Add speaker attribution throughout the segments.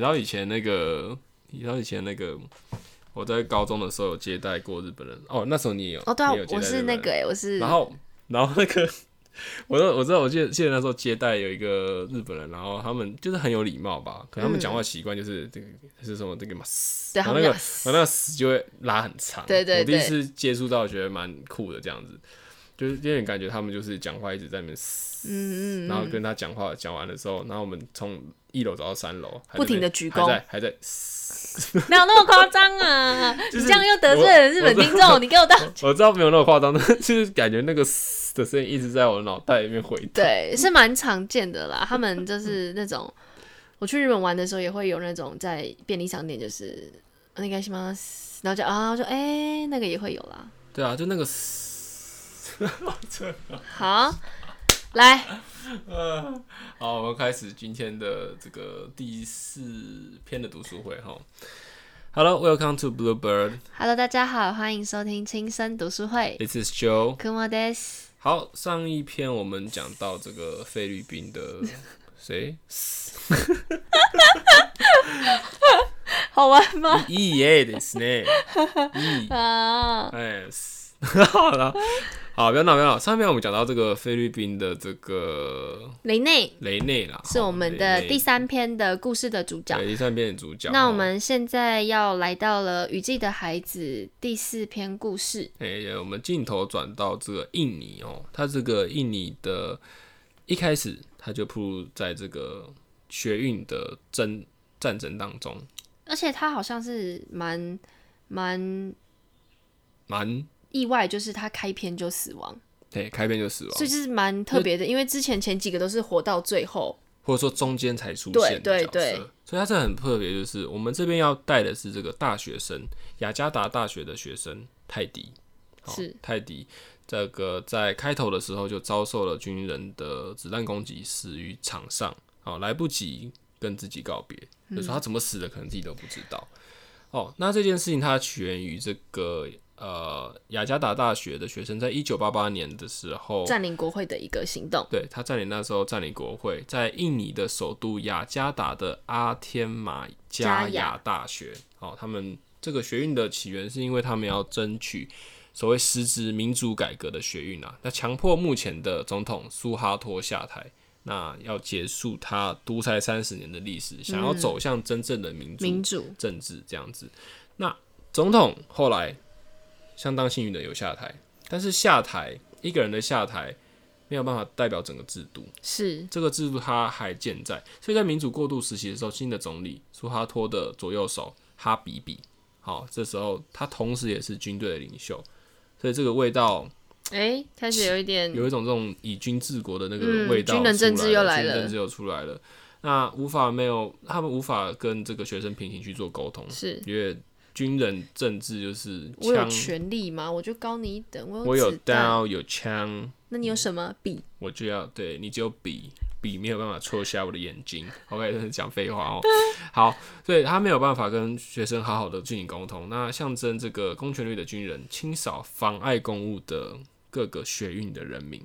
Speaker 1: 到以前那个，你知道以前那个，我在高中的时候有接待过日本人。哦，那时候你也有
Speaker 2: 哦，对啊
Speaker 1: 你也有，接待
Speaker 2: 我
Speaker 1: 日
Speaker 2: 是
Speaker 1: 本
Speaker 2: 那
Speaker 1: 人
Speaker 2: 个哎、我是
Speaker 1: 然后，然后那个，我说我知道，我记得记得那时候接待有一个日本人，然后他们就是很有礼貌吧，可能他们讲话习惯就是这个、是什么这个嘛嘶，
Speaker 2: 嗯对
Speaker 1: 然后
Speaker 2: 他
Speaker 1: 那
Speaker 2: 们
Speaker 1: 个
Speaker 2: 讲
Speaker 1: 然后那个死就会拉很长。
Speaker 2: 对对
Speaker 1: 我第一
Speaker 2: 对
Speaker 1: 次接触到，觉得蛮酷的这样子，就是有点感觉他们就是讲话一直在那边嘶，
Speaker 2: 嗯嗯嗯，
Speaker 1: 然后跟他讲话讲完的时候，然后我们从一楼走到三楼，还在
Speaker 2: 不停地
Speaker 1: 那边
Speaker 2: 鞠
Speaker 1: 还在还在嘶。
Speaker 2: 没有那么夸张啊！
Speaker 1: 就是
Speaker 2: 你这样又得罪了日本听众，你给我当
Speaker 1: 我知道没有那么夸张，但是就是感觉那个嘶的声音一直在我脑袋里面回荡。
Speaker 2: 对，是蛮常见的啦。他们就是那种，我去日本玩的时候也会有那种在便利商店，就是那应该是吗？然后就啊，我就哎、那个也会有啦。
Speaker 1: 对啊，就那个嘶。
Speaker 2: 好，来，
Speaker 1: 呃， 好，我们开始今天的这个第四篇的读书会哈。Hello, welcome to Bluebird.
Speaker 2: Hello，大家好，欢迎收听轻声读书会。
Speaker 1: This is Joe.
Speaker 2: Kumo des，
Speaker 1: 好，上一篇我们讲到这个菲律宾 的谁？
Speaker 2: 好玩吗？
Speaker 1: 伊耶的 s n 伊
Speaker 2: 啊，
Speaker 1: 哎，嘶 好了，好，不要闹，不要闹。上面我们讲到这个菲律宾的这个
Speaker 2: 雷内
Speaker 1: 雷内啦，
Speaker 2: 是我们的
Speaker 1: 雷内
Speaker 2: 第三篇的故事的主角。
Speaker 1: 对第三篇的主角。
Speaker 2: 那我们现在要来到了《雨季的孩子》第四篇故事。
Speaker 1: 诶、我们镜头转到这个印尼哦，它这个印尼的一开始，它就铺入在这个学运的争战争当中，
Speaker 2: 而且他好像是蛮蛮
Speaker 1: 蛮
Speaker 2: 意外，就是他开篇就死亡，
Speaker 1: 对、啊开篇就死
Speaker 2: 所
Speaker 1: 亡，
Speaker 2: 以就是蛮特别的。因为之前前几个都是活到最后，
Speaker 1: 或者说中间才出现的
Speaker 2: 对
Speaker 1: 角色，
Speaker 2: 对对
Speaker 1: 所以它是很特别，就是我们这边要带的是这个大学生，雅加达大学的学生泰迪，哦
Speaker 2: 是
Speaker 1: 泰迪。这个在开头的时候就遭受了军人的子弹攻击，死于场上，哦，来不及跟自己告别，
Speaker 2: 嗯
Speaker 1: 就说他怎么死的，可能自己都不知道。哦，那这件事情它起源于这个呃雅加达大学的学生在一九八八年的时候，
Speaker 2: 占领国会的一个行动。
Speaker 1: 对他占领那时候占领国会，在印尼的首都雅加达的阿天马加
Speaker 2: 加雅
Speaker 1: 雅大学。哦，他们这个学运的起源是因为他们要争取所谓实质民主改革的学运啊，那强迫目前的总统苏哈托下台。那要结束他独裁三十年的历史，想要走向真正的民主
Speaker 2: 嗯民主
Speaker 1: 政治这样子。那总统后来相当幸运的有下台，但是下台一个人的下台没有办法代表整个制度，
Speaker 2: 是
Speaker 1: 这个制度它还健在，所以在民主过渡时期的时候，新的总理苏哈托的左右手哈比比，好，这时候他同时也是军队的领袖，所以这个味道
Speaker 2: 哎、开始有一点
Speaker 1: 有一种这种以军治国的那
Speaker 2: 嗯
Speaker 1: 个味道、
Speaker 2: 军人政治又来了
Speaker 1: 军人政治又出来了。那无法没有，他们无法跟这个学生平行去做沟通，
Speaker 2: 是。
Speaker 1: 因为军人政治就是
Speaker 2: 我有
Speaker 1: 枪，
Speaker 2: 权利吗？我就高你一等，我
Speaker 1: 我
Speaker 2: 有
Speaker 1: 有
Speaker 2: 子弹，
Speaker 1: 刀有枪，
Speaker 2: 那你有什么笔？
Speaker 1: 我就要对你只有笔，笔没有办法戳瞎我的眼睛。OK，这是讲废话哦。好，所以他没有办法跟学生好好的进行沟通，那象征这个公权力的军人清扫妨碍公务的各个学运的人民。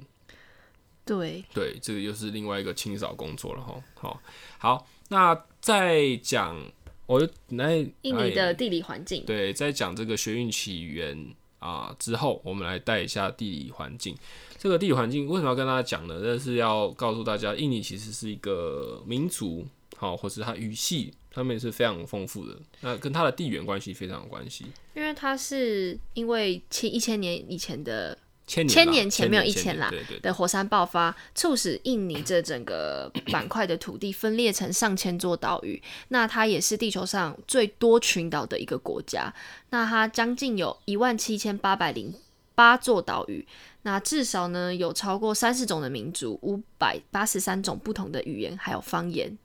Speaker 2: 对，
Speaker 1: 对，这个又是另外一个清扫工作了哈。好，好，那再讲，我就来
Speaker 2: 印尼的地理环境，
Speaker 1: 对，在讲这个学运起源啊、之后，我们来带一下地理环境。这个地理环境为什么要跟大家讲呢？这是要告诉大家，印尼其实是一个民族，好、或是它语系，他们也是非常丰富的。那跟它的地缘关系非常有关系。
Speaker 2: 因为它是因为千一千年以前的
Speaker 1: 千年啦，
Speaker 2: 千年前没有一千啦
Speaker 1: 对对
Speaker 2: 的火山爆发，促使印尼这整个板块的土地分裂成上千座岛屿。那它也是地球上最多群岛的一个国家。那它将近有一万七千八百零八座岛屿。那至少呢有超过三十种的民族，五百八十三种不同的语言还有方言。
Speaker 1: 嗯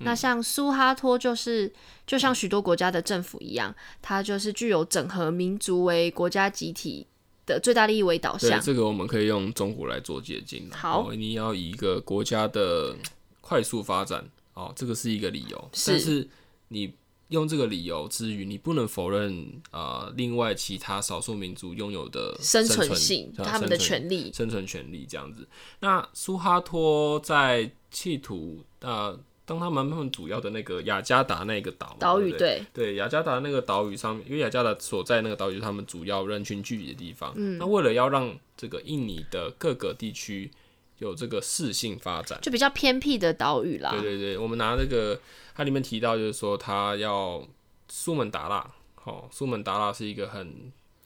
Speaker 2: 那像苏哈托就是，就像许多国家的政府一样，它就是具有整合民族为国家集体的最大利益为导
Speaker 1: 对，
Speaker 2: 向。
Speaker 1: 这个我们可以用中国来做借鉴啦。
Speaker 2: 好
Speaker 1: 哦你要以一个国家的嗯快速发展，哦，这个是一个理由，
Speaker 2: 是
Speaker 1: 但是你用这个理由之余，你不能否认呃，另外其他少数民族拥有的
Speaker 2: 生存
Speaker 1: 存
Speaker 2: 性，
Speaker 1: 啊
Speaker 2: 他们的
Speaker 1: 生存
Speaker 2: 权利。
Speaker 1: 生存权利这样子。那苏哈托在企图呃当他们他们主要的那个雅加达那个岛嘛
Speaker 2: 岛屿
Speaker 1: 对不对
Speaker 2: 对，
Speaker 1: 对雅加达那个岛屿上面，因为雅加达所在那个岛屿就是他们主要人群聚集的地方。嗯，那为了要让这个印尼的各个地区有这个适性发展，
Speaker 2: 就比较偏僻的岛屿啦。
Speaker 1: 对对对，我们拿那个它里面提到就是说它要苏门答腊，哦，苏门答腊是一个很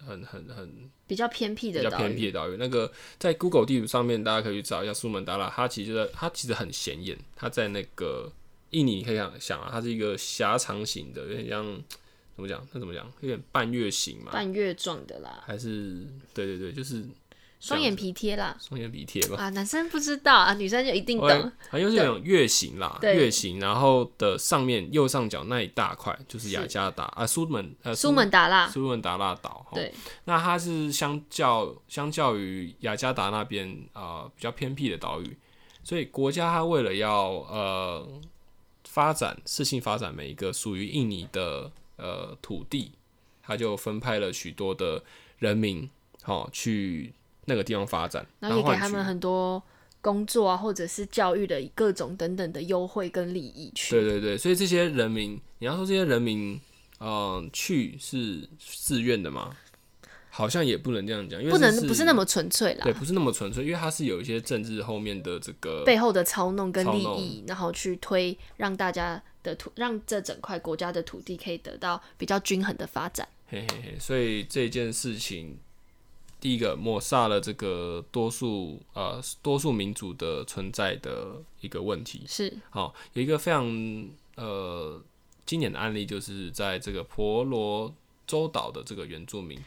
Speaker 1: 很很很
Speaker 2: 比较偏僻
Speaker 1: 比
Speaker 2: 的
Speaker 1: 较
Speaker 2: 岛
Speaker 1: 偏
Speaker 2: 屿，
Speaker 1: 僻的岛屿。那个在 Google 地图上面，大家可以去找一下苏门答腊，它其实它其实很显眼，它在那个印尼，你可以想想啊，它是一个狭长型的，有点像怎么讲？那怎么讲？有点半月形嘛，
Speaker 2: 半月状的啦，
Speaker 1: 还是对对对，就是
Speaker 2: 双眼皮贴啦。
Speaker 1: 双眼鼻贴吧。
Speaker 2: 啊，男生不知道啊，女生就一定
Speaker 1: 我
Speaker 2: 懂。
Speaker 1: 好像是那种月形啦，
Speaker 2: 对
Speaker 1: 月形，然后的上面右上角那一大块就是雅加达啊，苏门呃
Speaker 2: 苏门答腊，
Speaker 1: 苏门答腊岛。哦齁
Speaker 2: 对，
Speaker 1: 那它是相较相较于雅加达那边啊、呃比较偏僻的岛屿，所以国家它为了要呃发展适性发展每一个属于印尼的呃土地，它就分派了许多的人民好、齁去那个地方发展，
Speaker 2: 然后也给
Speaker 1: 换
Speaker 2: 他
Speaker 1: 取
Speaker 2: 们很多工作啊，或者是教育的各种等等的优惠跟利益去。
Speaker 1: 对对对，所以这些人民，你要说这些人民，嗯、去是自愿的吗？好像也不能这样讲，因为
Speaker 2: 不
Speaker 1: 这
Speaker 2: 能不是那么纯粹啦
Speaker 1: 对，，不是那么纯粹，因为它是有一些政治后面的这个
Speaker 2: 背后的操弄跟
Speaker 1: 操
Speaker 2: 利
Speaker 1: 弄
Speaker 2: 益，然后去推让大家的土，让这整块国家的土地可以得到比较均衡的发展。
Speaker 1: 嘿嘿嘿，所以这件事情，第一个抹杀了这个多数呃多数民族的存在的一个问题。
Speaker 2: 是
Speaker 1: 好、有一个非常呃经典的案例，就是在这个婆罗洲岛的这个原住民，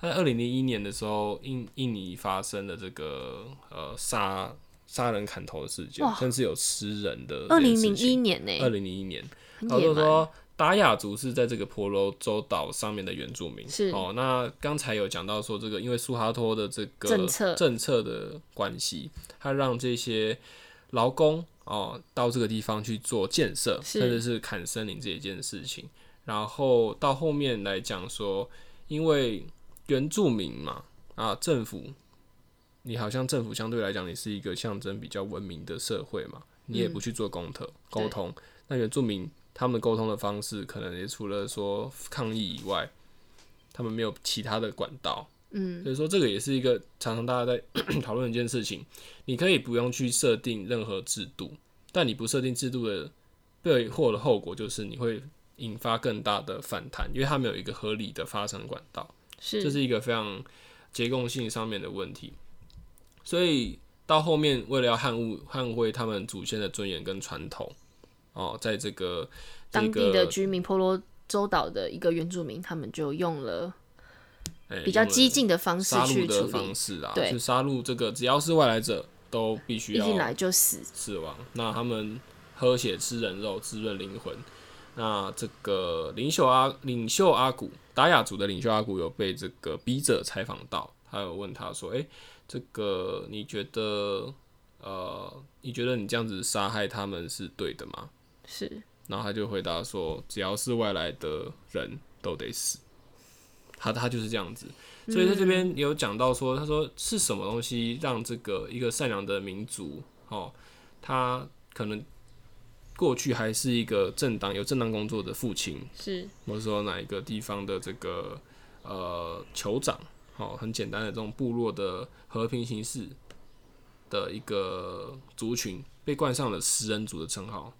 Speaker 1: 他在二零零一年的时候，印印尼发生了这个呃杀杀人砍头的事件
Speaker 2: 哇，
Speaker 1: 甚至有吃人的
Speaker 2: 二零零一年呢、
Speaker 1: 二零零一年，
Speaker 2: 很
Speaker 1: 然后哦
Speaker 2: 野
Speaker 1: 就
Speaker 2: 蛮。
Speaker 1: 说达雅族是在这个婆罗洲岛上面的原住民。
Speaker 2: 是
Speaker 1: 哦，那刚才有讲到说，这个因为苏哈托的这个
Speaker 2: 政策
Speaker 1: 政策的关系，它让这些劳工哦到这个地方去做建设，
Speaker 2: 是
Speaker 1: 甚至是砍森林这一件事情。然后到后面来讲说，因为原住民嘛，啊，政府你好像政府相对来讲，你是一个象征比较文明的社会嘛，你也不去做公特沟通。那原住民他们沟通的方式，可能也除了说抗议以外，他们没有其他的管道。
Speaker 2: 嗯，
Speaker 1: 所以说这个也是一个常常大家在 讨论的一件事情。你可以不用去设定任何制度，但你不设定制度的背后的后果就是你会引发更大的反弹，因为它没有一个合理的发声管道。这
Speaker 2: 是
Speaker 1: 是一个非常结构性上面的问题。所以到后面，为了要捍卫捍卫他们祖先的尊严跟传统，哦，在这个这
Speaker 2: 当地的
Speaker 1: 个
Speaker 2: 居民，婆罗洲岛的一个原住民，他们就用了
Speaker 1: 哎
Speaker 2: 比较
Speaker 1: 用了
Speaker 2: 激进的方式
Speaker 1: 杀
Speaker 2: 去
Speaker 1: 戮
Speaker 2: 处
Speaker 1: 的
Speaker 2: 理
Speaker 1: 方，式啊，
Speaker 2: 对
Speaker 1: 去杀戮这个只要是外来者都必须
Speaker 2: 一进
Speaker 1: 要
Speaker 2: 来就死，
Speaker 1: 死亡。那他们喝血吃人肉，滋润灵魂。那这个领袖阿领袖阿古达雅族的领袖阿古有被这个笔者采访到，他有问他说：“诶，这个你觉得呃，你觉得你这样子杀害他们是对的吗
Speaker 2: 是？”
Speaker 1: 然后他就回答说：“只要是外来的人都得死。他”他就是这样子，所以在这边有讲到说，他说是什么东西让这个一个善良的民族哦，他可能过去还是一个正当有正当工作的父亲，
Speaker 2: 是
Speaker 1: 或者说哪一个地方的这个呃酋长，哦，很简单的这种部落的和平形式的一个族群，被冠上了食人族的称号。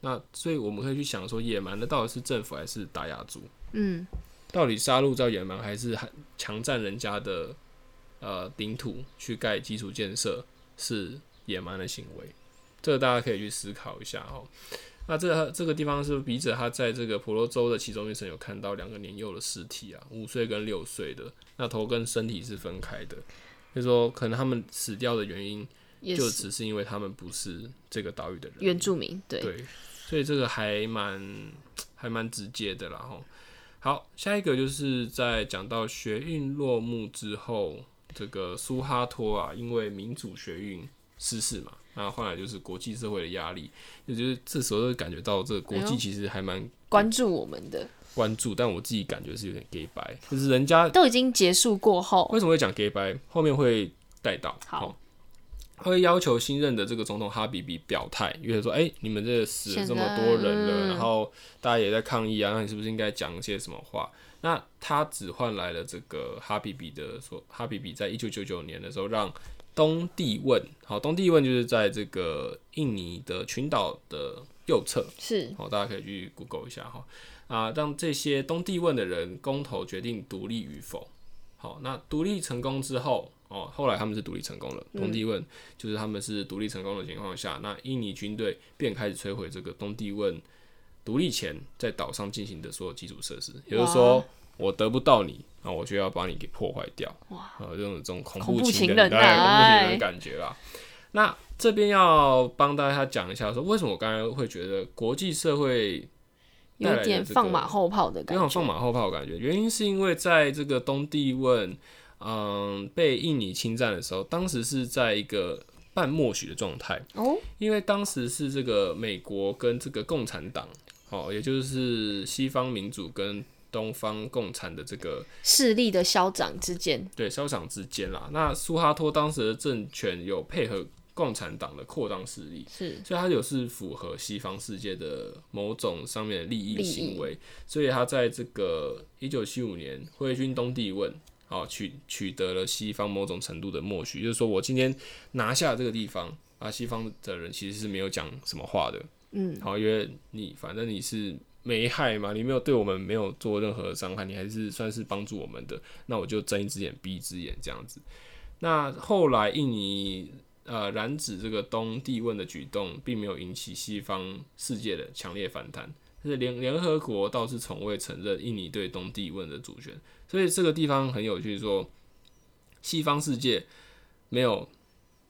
Speaker 1: 那所以我们可以去想说，野蛮的到底是政府还是达雅族？
Speaker 2: 嗯，
Speaker 1: 到底杀戮叫野蛮，还是还强占人家的呃领土去盖基础建设是野蛮的行为？这个大家可以去思考一下哦。那这这个地方是笔者他在这个婆罗洲的其中一层有看到两个年幼的尸体啊，五岁跟六岁的，那头跟身体是分开的，就说可能他们死掉的原因
Speaker 2: 也
Speaker 1: 就是只是因为他们不是这个岛屿的人民
Speaker 2: 原住民，对，
Speaker 1: 对，所以这个还蛮还蛮直接的啦吼。好，下一个就是在讲到学运落幕之后，这个苏哈托啊，因为民主学运失势嘛，那换来就是国际社会的压力，也就是这时候就感觉到这个国
Speaker 2: 哎
Speaker 1: 际
Speaker 2: 呦
Speaker 1: 其实还蛮
Speaker 2: 关注我们的
Speaker 1: 关注，但我自己感觉是有点 gay 白，就是人家
Speaker 2: 都已经结束过后，
Speaker 1: 为什么会讲 gay 白，后面会带到。
Speaker 2: 好
Speaker 1: 会要求新任的这个总统哈比比表态，因为说，哎、你们这死了这么多
Speaker 2: 现在
Speaker 1: 人了，
Speaker 2: 嗯
Speaker 1: 然后大家也在抗议啊，那你是不是应该讲一些什么话？那他只换来了这个哈比比的说，哈比比在一九九九年的时候让东帝汶，好，东帝汶就是在这个印尼的群岛的右侧，
Speaker 2: 是
Speaker 1: 好、大家可以去 Google 一下哈、啊，让这些东帝汶的人公投决定独立与否。好、那独立成功之后，哦，后来他们是独立成功了。东
Speaker 2: 嗯
Speaker 1: 帝汶就是他们是独立成功的情况下，那印尼军队便开始摧毁这个东帝汶独立前在岛上进行的所有基础设施，也就是说
Speaker 2: 哇，
Speaker 1: 我得不到你，那我就要把你给破坏掉。
Speaker 2: 哇，
Speaker 1: 呃，这种这种恐
Speaker 2: 恐
Speaker 1: 怖
Speaker 2: 怖
Speaker 1: 情人，
Speaker 2: 情人
Speaker 1: 对，恐怖情人
Speaker 2: 哎
Speaker 1: 的感觉啦。那这边要帮大家讲一下，说为什么我刚才会觉得国际社会带来
Speaker 2: 有一
Speaker 1: 的
Speaker 2: 点
Speaker 1: 这
Speaker 2: 放
Speaker 1: 个
Speaker 2: 马后炮的
Speaker 1: 有
Speaker 2: 感
Speaker 1: 种
Speaker 2: 觉。
Speaker 1: 放马后炮的感觉，原因是因为在这个东帝汶，嗯，被印尼侵占的时候，当时是在一个半默许的状态，
Speaker 2: 哦，
Speaker 1: 因为当时是这个美国跟这个共产党，哦，也就是西方民主跟东方共产的这个
Speaker 2: 势力的消长之间，
Speaker 1: 对肖想之间啦。那苏哈托当时的政权有配合共产党的扩张势力，
Speaker 2: 是
Speaker 1: 所以他有是符合西方世界的某种上面的利益
Speaker 2: 利益
Speaker 1: 行为，所以他在这个一九七五年挥军东帝汶。好，取取得了西方某种程度的默许，就是说我今天拿下这个地方啊，西方的人其实是没有讲什么话的，
Speaker 2: 嗯，
Speaker 1: 好，因为你反正你是没害嘛，你没有对我们没有做任何伤害，你还是算是帮助我们的，那我就睁一只眼闭一只眼这样子。那后来印尼呃染指这个东帝汶的举动，并没有引起西方世界的强烈反弹，是联联合国倒是从未承认印尼对东帝汶的主权，所以这个地方很有趣说西方世界没有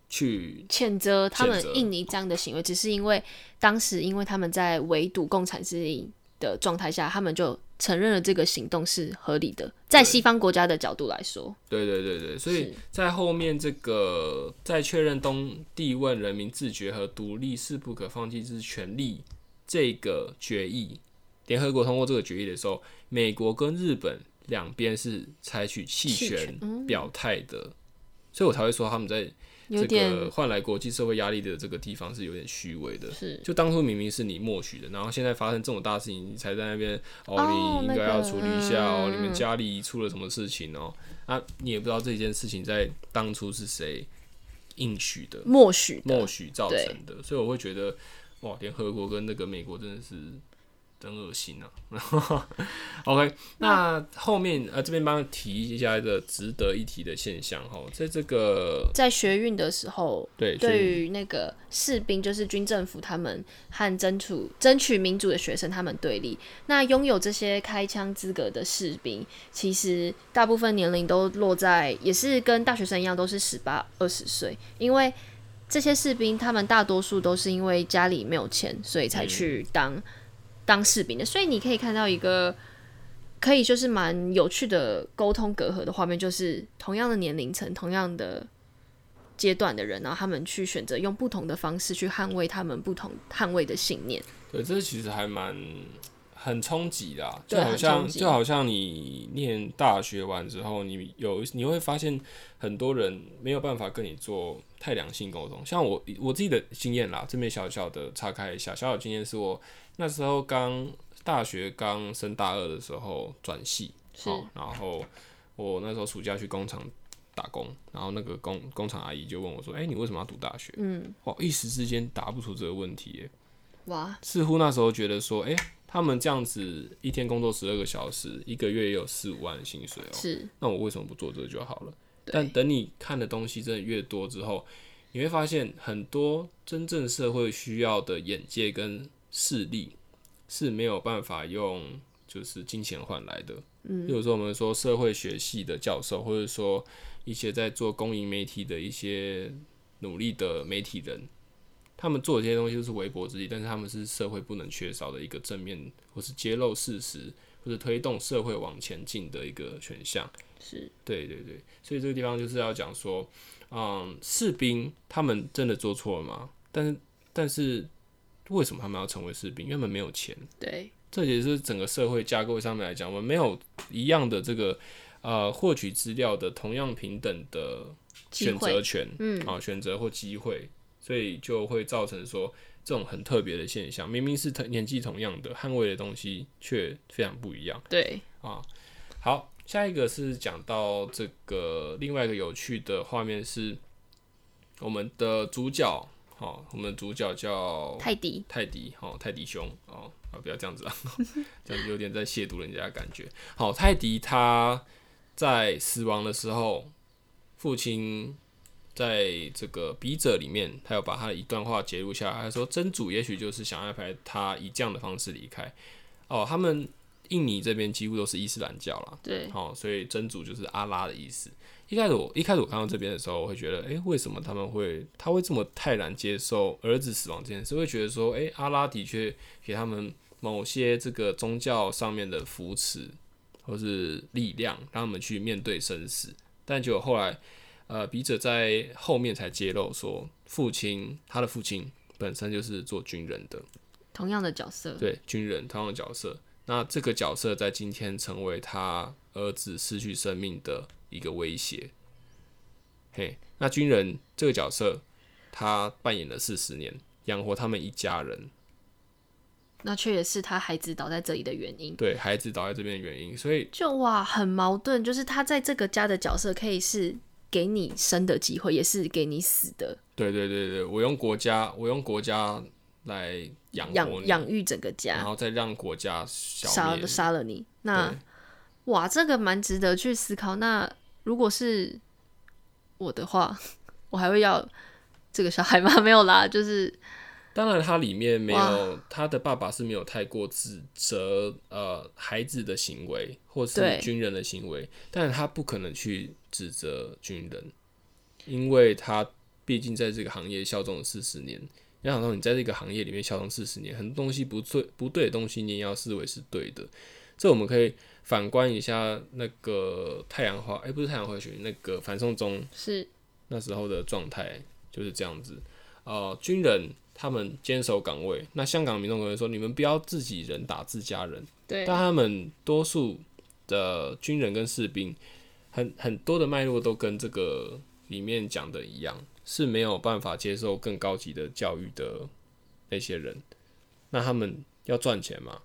Speaker 1: 去
Speaker 2: 谴责他们
Speaker 1: 谴责
Speaker 2: 印尼这样的行为，只是因为当时因为他们在围堵共产势力的状态下，他们就承认了这个行动是合理的，在西方国家的角度来说，
Speaker 1: 对对对对，所以
Speaker 2: 是
Speaker 1: 在后面这个在确认东帝汶人民自觉和独立是不可放弃之权利这个决议，联合国通过这个决议的时候，美国跟日本两边是采取弃
Speaker 2: 弃权嗯
Speaker 1: 权表态的，所以我才会说他们在
Speaker 2: 有
Speaker 1: 这
Speaker 2: 点、
Speaker 1: 个换来国际社会压力的这个地方是有点虚伪的。
Speaker 2: 是
Speaker 1: 就当初明明是你默许的，然后现在发生这种大事情，你才在那边
Speaker 2: 哦
Speaker 1: 哦，你应该
Speaker 2: 那个
Speaker 1: 要处理一下哦，
Speaker 2: 嗯
Speaker 1: 你们家里出了什么事情哦，啊，你也不知道这件事情在当初是谁应许的、
Speaker 2: 默许的
Speaker 1: 默许造成的，所以我会觉得哇，联合国跟那个美国真的是真恶心啊。OK，那后面呃这边帮他提一下一个值得一提的现象哈，在这个
Speaker 2: 在学运的时候，
Speaker 1: 对
Speaker 2: 对
Speaker 1: 学
Speaker 2: 于那个士兵，就是军政府他们和争取争取民主的学生他们对立。那拥有这些开枪资格的士兵，其实大部分年龄都落在，也是跟大学生一样，都是十八二十岁，因为。这些士兵，他们大多数都是因为家里没有钱，所以才去当、当士兵的。所以你可以看到一个可以就是蛮有趣的沟通隔阂的画面，就是同样的年龄层、同样的阶段的人，然后他们去选择用不同的方式去捍卫他们不同捍卫的信念。
Speaker 1: 对，这其实还蛮很冲击的啊、就
Speaker 2: 对
Speaker 1: 好
Speaker 2: 很冲
Speaker 1: 像
Speaker 2: 击
Speaker 1: 就好像你念大学完之后，你有你会发现很多人没有办法跟你做太良性沟通。像我我自己的经验啦，这边小小的岔开一下，小小的经验是我那时候刚大学刚升大二的时候转系，
Speaker 2: 是
Speaker 1: 好，然后我那时候暑假去工厂打工，然后那个工工厂阿姨就问我说：“哎、你为什么要读大学？”嗯，哇，一时之间答不出这个问题耶、
Speaker 2: 哇，
Speaker 1: 似乎那时候觉得说，哎、他们这样子一天工作十二个小时，一个月也有四五万的薪水哦、
Speaker 2: 是
Speaker 1: 那我为什么不做这个就好了？
Speaker 2: 对
Speaker 1: 但等你看的东西真的越多之后，你会发现很多真正社会需要的眼界跟视力是没有办法用就是金钱换来的。嗯，例如说我们说社会学系的教授，或者说一些在做公营媒体的一些努力的媒体人，他们做的这些东西都是微薄之力，但是他们是社会不能缺少的一个正面，或是揭露事实，或是推动社会往前进的一个选项。
Speaker 2: 是
Speaker 1: 对对对，所以这个地方就是要讲说，嗯，士兵他们真的做错了吗？但是但是为什么他们要成为士兵？因为他们没有钱。
Speaker 2: 对，
Speaker 1: 这也是整个社会架构上面来讲，我们没有一样的这个呃获取资料的同样平等的
Speaker 2: 机
Speaker 1: 选择
Speaker 2: 会
Speaker 1: 权，
Speaker 2: 嗯
Speaker 1: 啊，选择或机会，所以就会造成说这种很特别的现象，明明是同年纪同样的，捍卫的东西却非常不一样。
Speaker 2: 对，
Speaker 1: 好，下一个是讲到这个另外一个有趣的画面是我们的主角，哦，我们的主角叫
Speaker 2: 泰迪，
Speaker 1: 泰迪，哦，泰迪兄，哦，啊，不要这样子啊， 这样有点在亵渎人家的感觉。好，泰迪他在死亡的时候，父亲在这个笔者里面，他有把他的一段话截录下来，他说：“真主也许就是想安排他以这样的方式离开。”哦，他们印尼这边几乎都是伊斯兰教啦，
Speaker 2: 对，
Speaker 1: 好、所以真主就是阿拉的意思。一开始我一开始我看到这边的时候，我会觉得，诶，为什么他们会他会这么泰然接受儿子死亡这件事？会觉得说，诶，阿拉的确给他们某些这个宗教上面的扶持或是力量，让他们去面对生死。但结果后来，呃，笔者在后面才揭露说，父亲他的父亲本身就是做军人的，
Speaker 2: 同样的角色，
Speaker 1: 对军人同样的角色。那这个角色在今天成为他儿子失去生命的一个威胁。嘿，那军人这个角色，他扮演了四十年，养活他们一家人，
Speaker 2: 那却也是他孩子倒在这里的原因。
Speaker 1: 对孩子倒在这边的原因，所以
Speaker 2: 就哇，很矛盾，就是他在这个家的角色可以是给你生的机会，也是给你死的，
Speaker 1: 对对对对，我用国家，我用国家来养活
Speaker 2: 养
Speaker 1: 你，
Speaker 2: 养育整个
Speaker 1: 然
Speaker 2: 家，
Speaker 1: 后再让国家消
Speaker 2: 杀
Speaker 1: 灭。
Speaker 2: 杀了你。那
Speaker 1: 对，
Speaker 2: 哇，这个蛮值得去思考。那如果是我的话，我还会要这个小孩吗？没 有啦，就是
Speaker 1: 当然，它里面没有
Speaker 2: 哇
Speaker 1: 他的爸爸是没有太过指责呃孩子的行为或是
Speaker 2: 对
Speaker 1: 军人的行为，但是他不可能去指责军人，因为他毕竟在这个行业效忠了四十年。你要想到你在这个行业里面效忠四十年，很多东西不对不对的东西，你也要视为是对的。这我们可以反观一下那个太阳花，哎、不是太阳花学运，那个反送中
Speaker 2: 是
Speaker 1: 那时候的状态就是这样子。呃，军人他们坚守岗位，那香港民众可能说你们不要自己人打自家人，
Speaker 2: 对
Speaker 1: 但他们多数的军人跟士兵，很很多的脉络都跟这个里面讲的一样，是没有办法接受更高级的教育的那些人。那他们要赚钱嘛，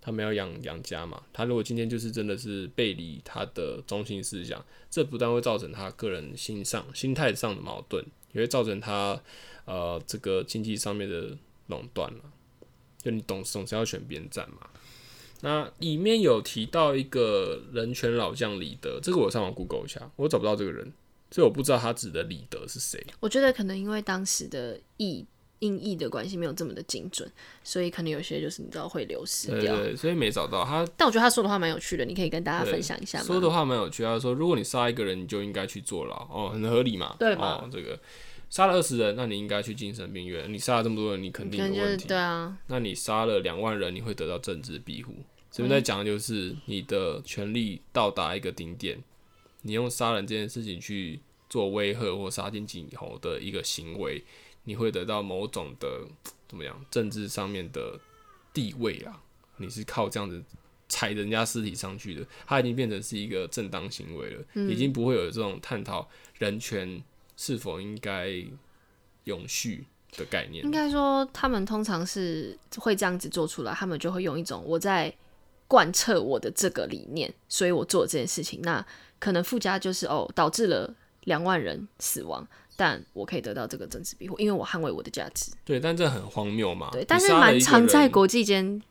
Speaker 1: 他们要养养家嘛。他如果今天就是真的是背离他的中心思想，这不但会造成他个人心上心态上的矛盾，也会造成他呃这个经济上面的垄断了。就你懂，总是要选边站嘛。那里面有提到一个人权老将李德，这个我上网 Google 一下，我找不到这个人，所以我不知道他指的李德是谁。
Speaker 2: 我觉得可能因为当时的意音译的关系没有这么的精准，所以可能有些就是你知道会流失
Speaker 1: 对
Speaker 2: 掉。
Speaker 1: 对，所以没找到他
Speaker 2: 但我觉得他说的话蛮有趣的，你可以跟大家
Speaker 1: 对
Speaker 2: 分享一下吗？
Speaker 1: 说的话蛮有趣，他说如果你杀一个人，你就应该去坐牢，哦，很合理嘛，
Speaker 2: 对嘛
Speaker 1: 哦，这个杀了二十人，那你应该去精神病院。你杀了这么多人，你肯
Speaker 2: 可
Speaker 1: 定
Speaker 2: 能
Speaker 1: 有
Speaker 2: 就是
Speaker 1: 问题。
Speaker 2: 对啊，
Speaker 1: 那你杀了两万人，你会得到政治庇护。这边在讲的就是你的权力到达一个顶点，你用杀人这件事情去做威吓或杀进儆猴的一个行为，你会得到某种的怎么样政治上面的地位啊？你是靠这样子踩人家尸体上去的，它已经变成是一个正当行为了，已经不会有这种探讨人权是否应该永续的概念
Speaker 2: 应。该说他们通常是会这样子做出来，他们就会用一种我在贯彻我的这个理念，所以我做这件事情。那可能附加就是哦，导致了两万人死亡，但我可以得到这个政治庇护，因为我捍卫我的价值。
Speaker 1: 对，但这很荒谬嘛。啊
Speaker 2: 对，
Speaker 1: 你
Speaker 2: 但是
Speaker 1: 杀了
Speaker 2: 蛮
Speaker 1: 一个
Speaker 2: 常在
Speaker 1: 人
Speaker 2: 国际间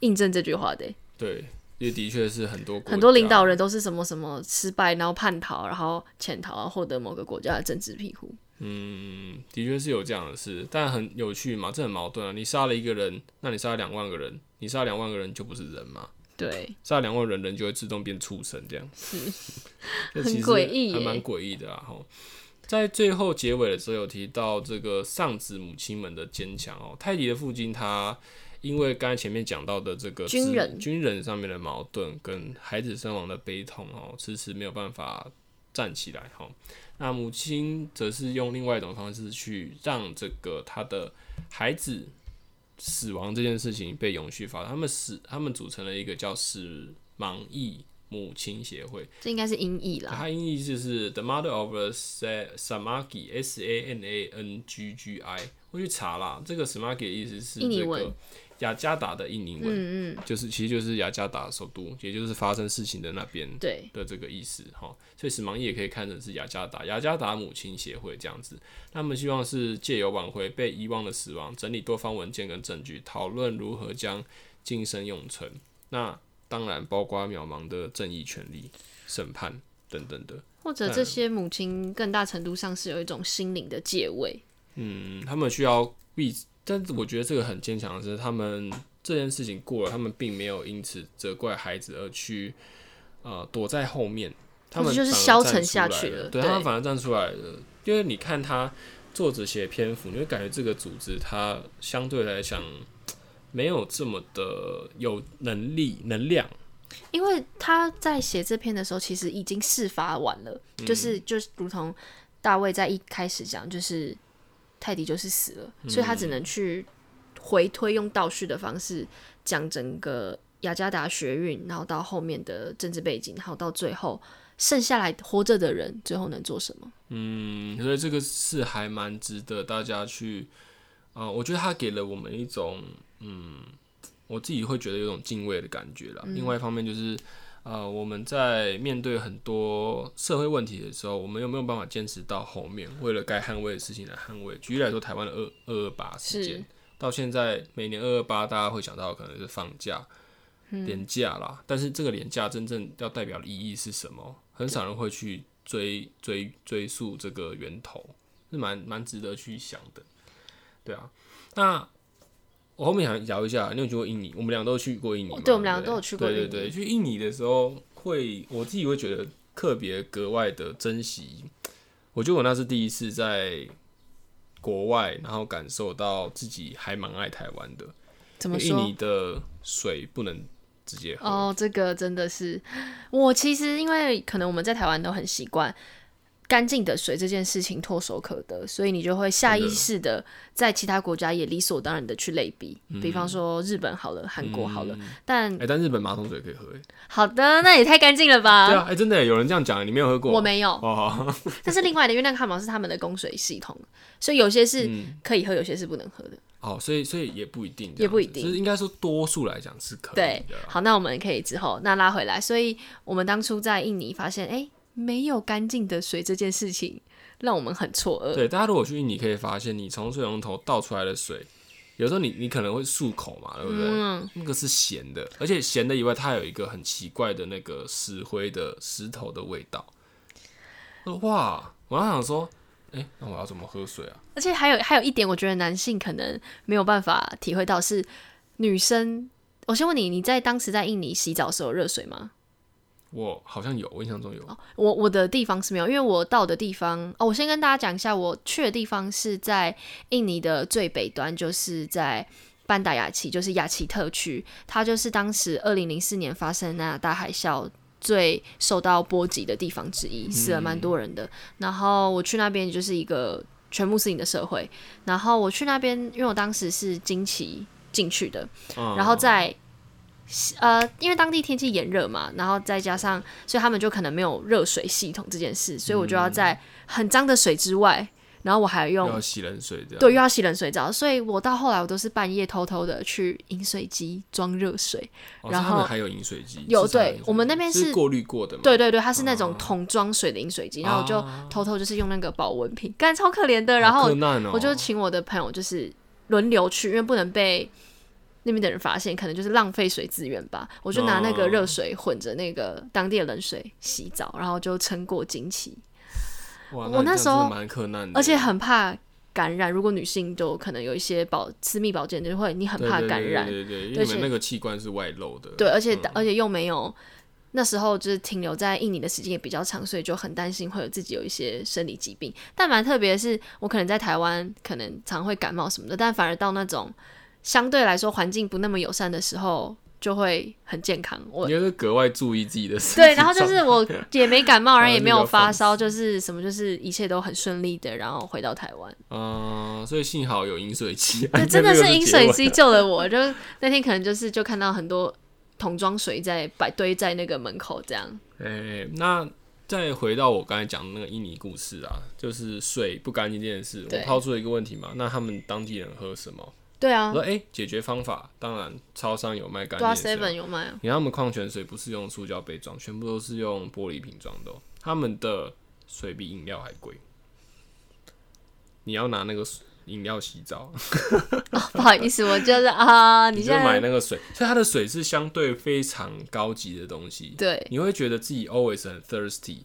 Speaker 2: 印证这句话的欸、
Speaker 1: 对，也的确是很多国
Speaker 2: 很多领
Speaker 1: 家
Speaker 2: 导人都是什么什么失败，然后叛逃，然后潜逃，啊获得某个国家的政治庇护。
Speaker 1: 嗯，的确是有这样的事，但很有趣嘛，这很矛盾啊。你杀了一个人，那你杀了两万个人，你杀两万个人就不是人嘛？
Speaker 2: 对，
Speaker 1: 杀了两万人，人就会自动变畜生，这样 这
Speaker 2: 很
Speaker 1: 其实
Speaker 2: 诡异
Speaker 1: 还
Speaker 2: 耶
Speaker 1: 蛮诡异的啦。吼，在最后结尾的时候有提到这个丧子母亲们的坚强哦，泰迪的父亲他。因为刚才前面讲到的这个
Speaker 2: 军
Speaker 1: 子
Speaker 2: 人
Speaker 1: 军人上面的矛盾跟孩子身亡的悲痛哦，迟迟没有办法站起来哈、哦。那母亲则是用另外一种方式去让这个他的孩子死亡这件事情被永续发展。他们死，他们组成了一个叫死盲义母亲协会，
Speaker 2: 这应该是音译啦。
Speaker 1: 它音译就是 The Mother of the Sa- Samagi S A N A N G G I。我去查啦，这个 Samagi 的意思是
Speaker 2: 印尼
Speaker 1: 这
Speaker 2: 文
Speaker 1: 个雅加达的印尼文，
Speaker 2: 嗯嗯，
Speaker 1: 就是其实就是雅加达首都，也就是发生事情的那边。
Speaker 2: 对，
Speaker 1: 的这个意思哈，所以史盲义也可以看成是雅加达雅加达母亲协会这样子，他们希望是借由挽回被遗忘的死亡，整理多方文件跟证据，讨论如何将晋升永存。那当然包括渺茫的正义权利、审判等等的。
Speaker 2: 或者
Speaker 1: 对
Speaker 2: 这些母亲更大程度上是有一种心灵的借位。
Speaker 1: 嗯，他们需要必，但是我觉得这个很坚强的是，他们这件事情过了，他们并没有因此责怪孩子而去呃躲在后面，他们
Speaker 2: 就是
Speaker 1: 反而
Speaker 2: 消
Speaker 1: 站
Speaker 2: 沉
Speaker 1: 出
Speaker 2: 下
Speaker 1: 来
Speaker 2: 去了
Speaker 1: 了，对
Speaker 2: 对
Speaker 1: 他们反而站出来了，因为你看他作者写的篇幅，你会感觉这个组织它相对来讲没有这么的有能力能量。
Speaker 2: 因为他在写这篇的时候，其实已经事发完了，
Speaker 1: 嗯
Speaker 2: 就是就是如同大卫在一开始讲，就是泰迪就是死了，
Speaker 1: 嗯
Speaker 2: 所以他只能去回推，用倒叙的方式讲整个雅加达学运，然后到后面的政治背景，然后到最后剩下来活着的人最后能做什么？
Speaker 1: 嗯，所以这个是还蛮值得大家去，呃，我觉得他给了我们一种，嗯，我自己会觉得有种敬畏的感觉啦。另外一方面就是，呃，我们在面对很多社会问题的时候，我们有没有办法坚持到后面，为了该捍卫的事情来捍卫？举例来说，台湾的二二二八事
Speaker 2: 是
Speaker 1: 件，到现在每年二二八，大家会想到可能是放假。廉价啦，但是这个廉价真正要代表的意义是什么？很少人会去追追追溯这个源头，是蛮蛮值得去想的。对啊，那我后面想聊一下，你有去过印尼？我们俩都去过印尼嘛，
Speaker 2: 哦对我们俩
Speaker 1: 不
Speaker 2: 都有去过
Speaker 1: 对
Speaker 2: 印尼
Speaker 1: 对对，去印尼的时候会，我自己会觉得特别格外的珍惜。我觉得我那是第一次在国外，然后感受到自己还蛮爱台湾的。
Speaker 2: 怎
Speaker 1: 因
Speaker 2: 么
Speaker 1: 为印
Speaker 2: 说
Speaker 1: 尼？的水不能直接喝，
Speaker 2: 哦，这个真的是我其实因为可能我们在台湾都很习惯干净的水这件事情唾手可得，所以你就会下意识的在其他国家也理所当然的去类比，比
Speaker 1: 嗯
Speaker 2: 方说日本好了，韩国好了，但
Speaker 1: 哎、但日本马桶水可以喝、欸，
Speaker 2: 好的那也太干净了吧？
Speaker 1: 对啊，哎、真的欸、有人这样讲，你没有喝过？
Speaker 2: 我没有，
Speaker 1: 哦，好
Speaker 2: 但是另外的，因为那个汉堡是他们的供水系统，所以有些是
Speaker 1: 嗯
Speaker 2: 可以喝，有些是不能喝的。
Speaker 1: 哦，所以所以也不一定这样子，
Speaker 2: 也不一定
Speaker 1: 就是应该说多数来讲是可以
Speaker 2: 对
Speaker 1: 的，啊啦。
Speaker 2: 好，那我们可以之后那拉回来。所以我们当初在印尼发现，哎、没有干净的水这件事情，让我们很错愕。
Speaker 1: 对，大家如果去印尼，可以发现你从水龙头倒出来的水，有时候你你可能会漱口嘛，对不对？
Speaker 2: 嗯
Speaker 1: 那个是咸的，而且咸的以外，它有一个很奇怪的那个石灰的石头的味道。我说哇，我还想说，哎、那我要怎么喝水啊？
Speaker 2: 而且还有还有一点，我觉得男性可能没有办法体会到是女生。我先问你，你在当时在印尼洗澡的时候有热水吗？
Speaker 1: 我好像有，我印象中有。
Speaker 2: 哦我我的地方是没有，因为我到的地方哦，我先跟大家讲一下，我去的地方是在印尼的最北端，就是在班达雅奇，就是雅奇特区，它就是当时二零零四年发生那大海啸。最受到波及的地方之一，死了蛮多人的。然后我去那边就是一个全穆斯林的社会。然后我去那边，因为我当时是经期进去的，
Speaker 1: 嗯、
Speaker 2: 然后在呃，因为当地天气炎热嘛，然后再加上，所以他们就可能没有热水系统这件事，所以我就要在很脏的水之外，然后我还用
Speaker 1: 要洗冷水这样。
Speaker 2: 对，又要洗冷水澡，所以我到后来我都是半夜偷偷的去饮水机装热水。
Speaker 1: 哦，
Speaker 2: 然
Speaker 1: 然后
Speaker 2: 后
Speaker 1: 还有饮水机，
Speaker 2: 有
Speaker 1: 市场
Speaker 2: 对
Speaker 1: 饮水
Speaker 2: 我们
Speaker 1: 机
Speaker 2: 那边
Speaker 1: 是
Speaker 2: 是
Speaker 1: 过滤过的嘛，
Speaker 2: 对对对，它是那种桶装水的饮水机，然后我就
Speaker 1: 啊
Speaker 2: 偷偷就是用那个保温瓶，干超可怜的。
Speaker 1: 好
Speaker 2: 然后
Speaker 1: 困难哦
Speaker 2: 我就请我的朋友就是轮流去，因为不能被那边的人发现，可能就是浪费水资源吧。我就拿那个热水混着那个当地的冷水洗澡，然后就撑过经期，
Speaker 1: 哇
Speaker 2: 我
Speaker 1: 你
Speaker 2: 那
Speaker 1: 这样
Speaker 2: 时
Speaker 1: 真的
Speaker 2: 候
Speaker 1: 蛮困难的，
Speaker 2: 而且很怕感染。如果女性就可能有一些保私密保健，就会你很
Speaker 1: 对
Speaker 2: 怕
Speaker 1: 对
Speaker 2: 感
Speaker 1: 对
Speaker 2: 染，
Speaker 1: 对对对，因
Speaker 2: 而
Speaker 1: 为你
Speaker 2: 且
Speaker 1: 们那个器官是外露的，嗯
Speaker 2: 对，而且、而且又没有。那时候就是停留在印尼的时间也比较长，所以就很担心会有自己有一些生理疾病。但蛮特别的是，我可能在台湾可能常会感冒什么的，但反而到那种相对来说环境不那么友善的时候，就会很健康。我
Speaker 1: 你要是格外注意自己的身体
Speaker 2: 对，然后就是我也没 感冒，然后也
Speaker 1: 就
Speaker 2: 没
Speaker 1: 比
Speaker 2: 有
Speaker 1: 较
Speaker 2: 发
Speaker 1: 放
Speaker 2: 烧，就是什么就是一切都很顺利的，然后回到台湾。
Speaker 1: 嗯，所以幸好有饮水机，
Speaker 2: 对，
Speaker 1: 哎
Speaker 2: 真的
Speaker 1: 这个
Speaker 2: 是饮水
Speaker 1: 结尾
Speaker 2: 机救了我。就那天可能就是就看到很多桶装水在摆堆在那个门口这样。
Speaker 1: 哎、那再回到我刚才讲的那个印尼故事啊，就是水不干净这件事，我
Speaker 2: 对
Speaker 1: 抛出了一个问题嘛，那他们当地人喝什么？
Speaker 2: 对
Speaker 1: 我
Speaker 2: 啊
Speaker 1: 说，哎、解决方法，当然超商有卖干
Speaker 2: 对啊
Speaker 1: 净水
Speaker 2: ，Seven。有卖啊。
Speaker 1: 你看他们矿泉水不是用塑胶杯装，全部都是用玻璃瓶装的哦、他们的水比饮料还贵。你要拿那个水饮料洗澡，
Speaker 2: 哦， 不好意思，我就是 啊，
Speaker 1: 你
Speaker 2: 你
Speaker 1: 就
Speaker 2: 现
Speaker 1: 买
Speaker 2: 在
Speaker 1: 那个水，所以它的水是相对非常高级的东西。
Speaker 2: 对
Speaker 1: 你会觉得自己 always 很 thirsty，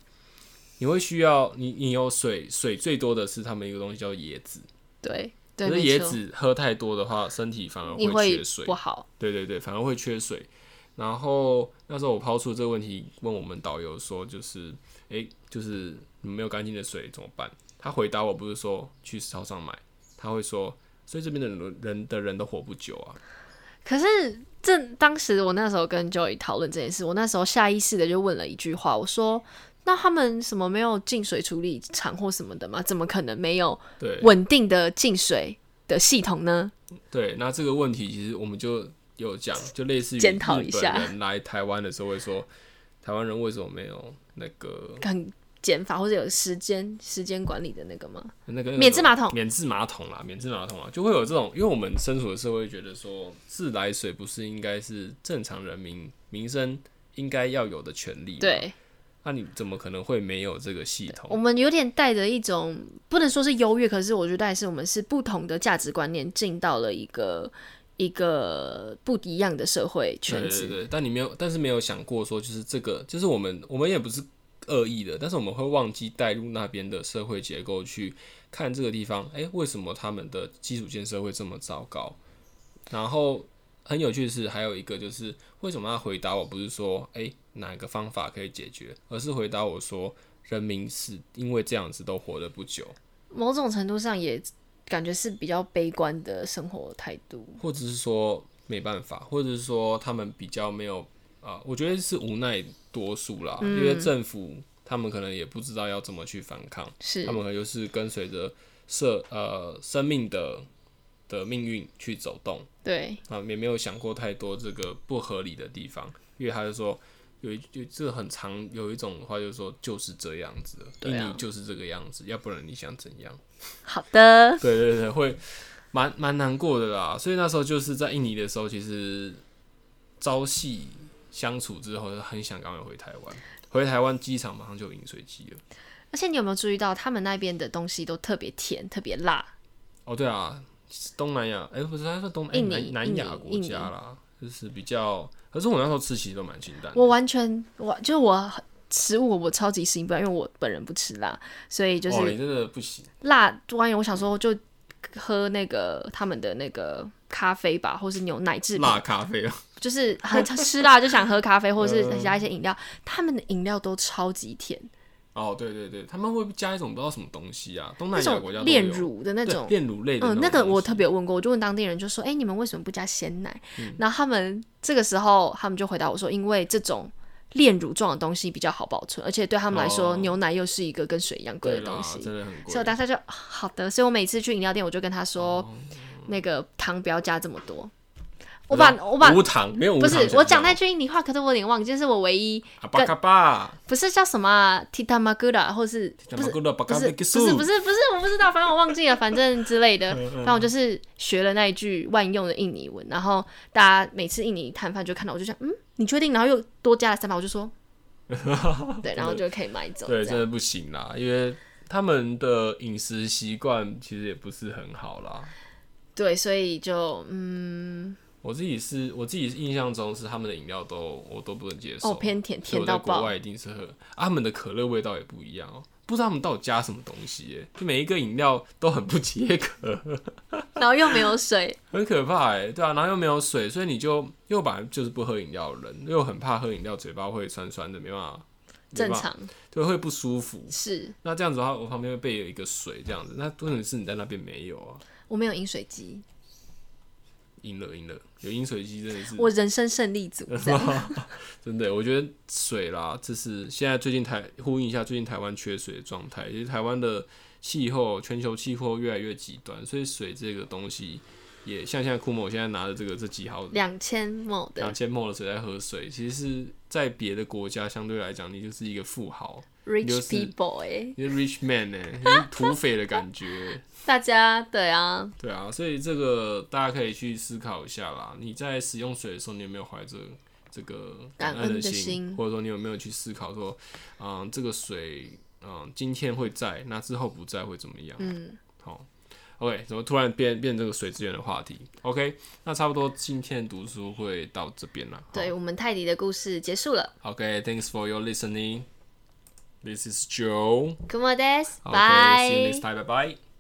Speaker 1: 你会需要你你有水，水最多的是他们一个东西叫椰子，
Speaker 2: 对
Speaker 1: 可
Speaker 2: 对，
Speaker 1: 是
Speaker 2: 没
Speaker 1: 椰
Speaker 2: 错
Speaker 1: 子喝太多的话，身体反而
Speaker 2: 你
Speaker 1: 会
Speaker 2: 会
Speaker 1: 缺水
Speaker 2: 不。好。
Speaker 1: 对对对，反而会缺水。然后那时候我抛出这个问题，问我们导游说，就是诶，就是你没有干净的水怎么办？他回答我不是说去超商买，他会说，所以这边的人人的人都活不久啊。
Speaker 2: 可是这当时我那时候跟 Joey 讨论这件事，我那时候下意识的就问了一句话，我说：“那他们什么没有净水处理厂或什么的吗？怎么可能没有
Speaker 1: 对
Speaker 2: 稳定的净水的系统呢
Speaker 1: 对，那这个问题其实我们就有讲，就类似于
Speaker 2: 检讨一
Speaker 1: 日本
Speaker 2: 下
Speaker 1: 人来台湾的时候会说，台湾人为什么没有那个？”
Speaker 2: 很减法或者有时间时间管理的那个吗？
Speaker 1: 那个
Speaker 2: 免治马桶
Speaker 1: 免治马桶啦，免治马桶啊，就会有这种，因为我们身处的社会觉得说，自来水不是应该是正常人民民生应该要有的权利？，
Speaker 2: 对
Speaker 1: 那、你怎么可能会没有这个系
Speaker 2: 我
Speaker 1: 统？
Speaker 2: 们有点带着一种不能说是优越，可是我觉得还是我们是不同的价值观念进到了一个一个不一样的社会
Speaker 1: 对
Speaker 2: 圈
Speaker 1: 对
Speaker 2: 子。
Speaker 1: 对对，但你没有，但是没有想过说，就是这个，就是我们我们也不是恶意的，但是我们会忘记带入那边的社会结构去看这个地方，哎、为什么他们的基础建设会这么糟糕？然后很有趣的是，还有一个就是为什么他回答我不是说诶哪个方法可以解决，而是回答我说人民是因为这样子都活得不久，
Speaker 2: 某种程度上也感觉是比较悲观的生活态度。
Speaker 1: 或者是说没办法，或者是说他们比较没有啊、我觉得是无奈多数啦，因
Speaker 2: 嗯
Speaker 1: 为政府他们可能也不知道要怎么去反抗，
Speaker 2: 是
Speaker 1: 他们可能就是跟随着社呃生命的的命运去走动。
Speaker 2: 对，
Speaker 1: 啊，也没有想过太多这个不合理的地方，因为他就说有一就这很常有一种话就是说就是这样子的，
Speaker 2: 对啊
Speaker 1: 印尼就是这个样子，要不然你想怎样？
Speaker 2: 好的，
Speaker 1: 对对对，会蛮蛮难过的啦。所以那时候就是在印尼的时候，其实朝夕相处之后，很想赶快回台湾。回台湾机场马上就有饮水机了。
Speaker 2: 而且你有没有注意到他们那边的东西都特别甜、特别辣？
Speaker 1: 哦，对啊，东南亚，哎、不是，它是东哎
Speaker 2: 印尼
Speaker 1: 南
Speaker 2: 印
Speaker 1: 南
Speaker 2: 尼
Speaker 1: 亚国
Speaker 2: 印尼
Speaker 1: 家啦，就是比较。可是我那时候吃其实都蛮清淡的。
Speaker 2: 我完全，我就我食物我超级适应不了，因为我本人不吃辣，所以就
Speaker 1: 哦，
Speaker 2: 是
Speaker 1: 你真的不行。
Speaker 2: 辣完以后我想说就喝那个他们的那个咖啡吧，或是牛奶制品，
Speaker 1: 辣咖啡啊，
Speaker 2: 就是很吃辣就想喝咖啡，或者是加一些饮料，他们的饮料都超级甜，
Speaker 1: 哦，对对对，他们会加一种不知道什么东西啊，东
Speaker 2: 那
Speaker 1: 南亚国家
Speaker 2: 种
Speaker 1: 都
Speaker 2: 炼
Speaker 1: 有
Speaker 2: 乳的那
Speaker 1: 对
Speaker 2: 种。
Speaker 1: 炼乳类的
Speaker 2: 嗯，
Speaker 1: 那
Speaker 2: 那
Speaker 1: 种
Speaker 2: 个我
Speaker 1: 东
Speaker 2: 特
Speaker 1: 西
Speaker 2: 别有问过，我就问当地人，就说：“哎、你们为什么不加鲜奶？”然后他们这个时候，他们就回答我说：“因为这种炼乳状的东西比较好保存，而且对他们来说，
Speaker 1: 哦
Speaker 2: 牛奶又是一个跟水一样贵
Speaker 1: 对
Speaker 2: 的
Speaker 1: 啦
Speaker 2: 东，西。
Speaker 1: 真的很贵
Speaker 2: 所以我。当下就啊好的，所以我每次去饮料店，我就跟他说：“那个糖不要加这么多。”我把我把
Speaker 1: 无糖没有无
Speaker 2: 不
Speaker 1: 糖
Speaker 2: 是
Speaker 1: 选
Speaker 2: 我讲
Speaker 1: 项
Speaker 2: 那句印尼话，可是我有点忘记，这是我唯一
Speaker 1: 啊巴卡巴，
Speaker 2: 不是叫什么、啊、titamagura，或是
Speaker 1: 不
Speaker 2: 不是
Speaker 1: 巴
Speaker 2: 不
Speaker 1: 卡
Speaker 2: 是不是不是不是，我不知道，反正我忘记了，反正之类的。反正我就是学了那一句万用的印尼文，然后大家每次印尼摊贩就看到我就想，嗯，你确定？然后又多加了三百，我就说，对，然后就可以买走。
Speaker 1: 对，
Speaker 2: 这
Speaker 1: 真的
Speaker 2: 样
Speaker 1: 不行啦，因为他们的饮食习惯其实也不是很好啦。
Speaker 2: 对，所以就嗯，
Speaker 1: 我自己是我自己印象中是他们的饮料都我都不能接受，
Speaker 2: 哦，偏甜，
Speaker 1: 所以
Speaker 2: 甜
Speaker 1: 我在
Speaker 2: 到
Speaker 1: 国
Speaker 2: 爆
Speaker 1: 外。一定是喝、啊他们的可乐味道也不一样哦、不知道他们到底加什么东西耶，就每一个饮料都很不解渴，
Speaker 2: 然后又没有水，
Speaker 1: 很可怕哎，对啊，然后又没有水，所以你就又本来就是不喝饮料的人，又很怕喝饮料，嘴巴会酸酸的，没办法，没
Speaker 2: 正
Speaker 1: 办法，
Speaker 2: 常
Speaker 1: 对，会不舒服。
Speaker 2: 是
Speaker 1: 那这样子的话，我旁边会备有一个水这样子，那问题是你在那边没有啊，
Speaker 2: 我没有饮水机，
Speaker 1: 赢了赢了，有饮水机真的是
Speaker 2: 我人生胜利
Speaker 1: 嗯
Speaker 2: 组。这样
Speaker 1: 真的，我觉得水啦，这是现在最近台呼应一下最近台湾缺水的状态。其实台湾的气候，全球气候越来越极端，所以水这个东西也像现在库某现在拿的这个这几号
Speaker 2: 两千亩的
Speaker 1: 两千梦的水在喝水，其实是在别的国家相对来讲，你就是一个富豪，
Speaker 2: rich
Speaker 1: 六四
Speaker 2: people 哎、
Speaker 1: 你是 rich man 呢、你是土匪的感觉。
Speaker 2: 大家对啊，
Speaker 1: 对啊，所以这个大家可以去思考一下啦。你在使用水的时候，你有没有怀着这个
Speaker 2: 感
Speaker 1: 恩
Speaker 2: 恩的
Speaker 1: 心，
Speaker 2: 心
Speaker 1: 或者说你有没有去思考说，嗯，这个水，嗯，今天会在，那之后不在会怎么样？啊
Speaker 2: 嗯，
Speaker 1: 好，OK，怎么突然变变这个水资源的话题？OK，那差不多今天的读书会到这边了。
Speaker 2: 对我们泰迪的故事结束了。
Speaker 1: 好，OK，thanks、for your listening. This is Joe.
Speaker 2: Good m o r n i n g
Speaker 1: Okay, see you
Speaker 2: bye
Speaker 1: next。time. Bye bye.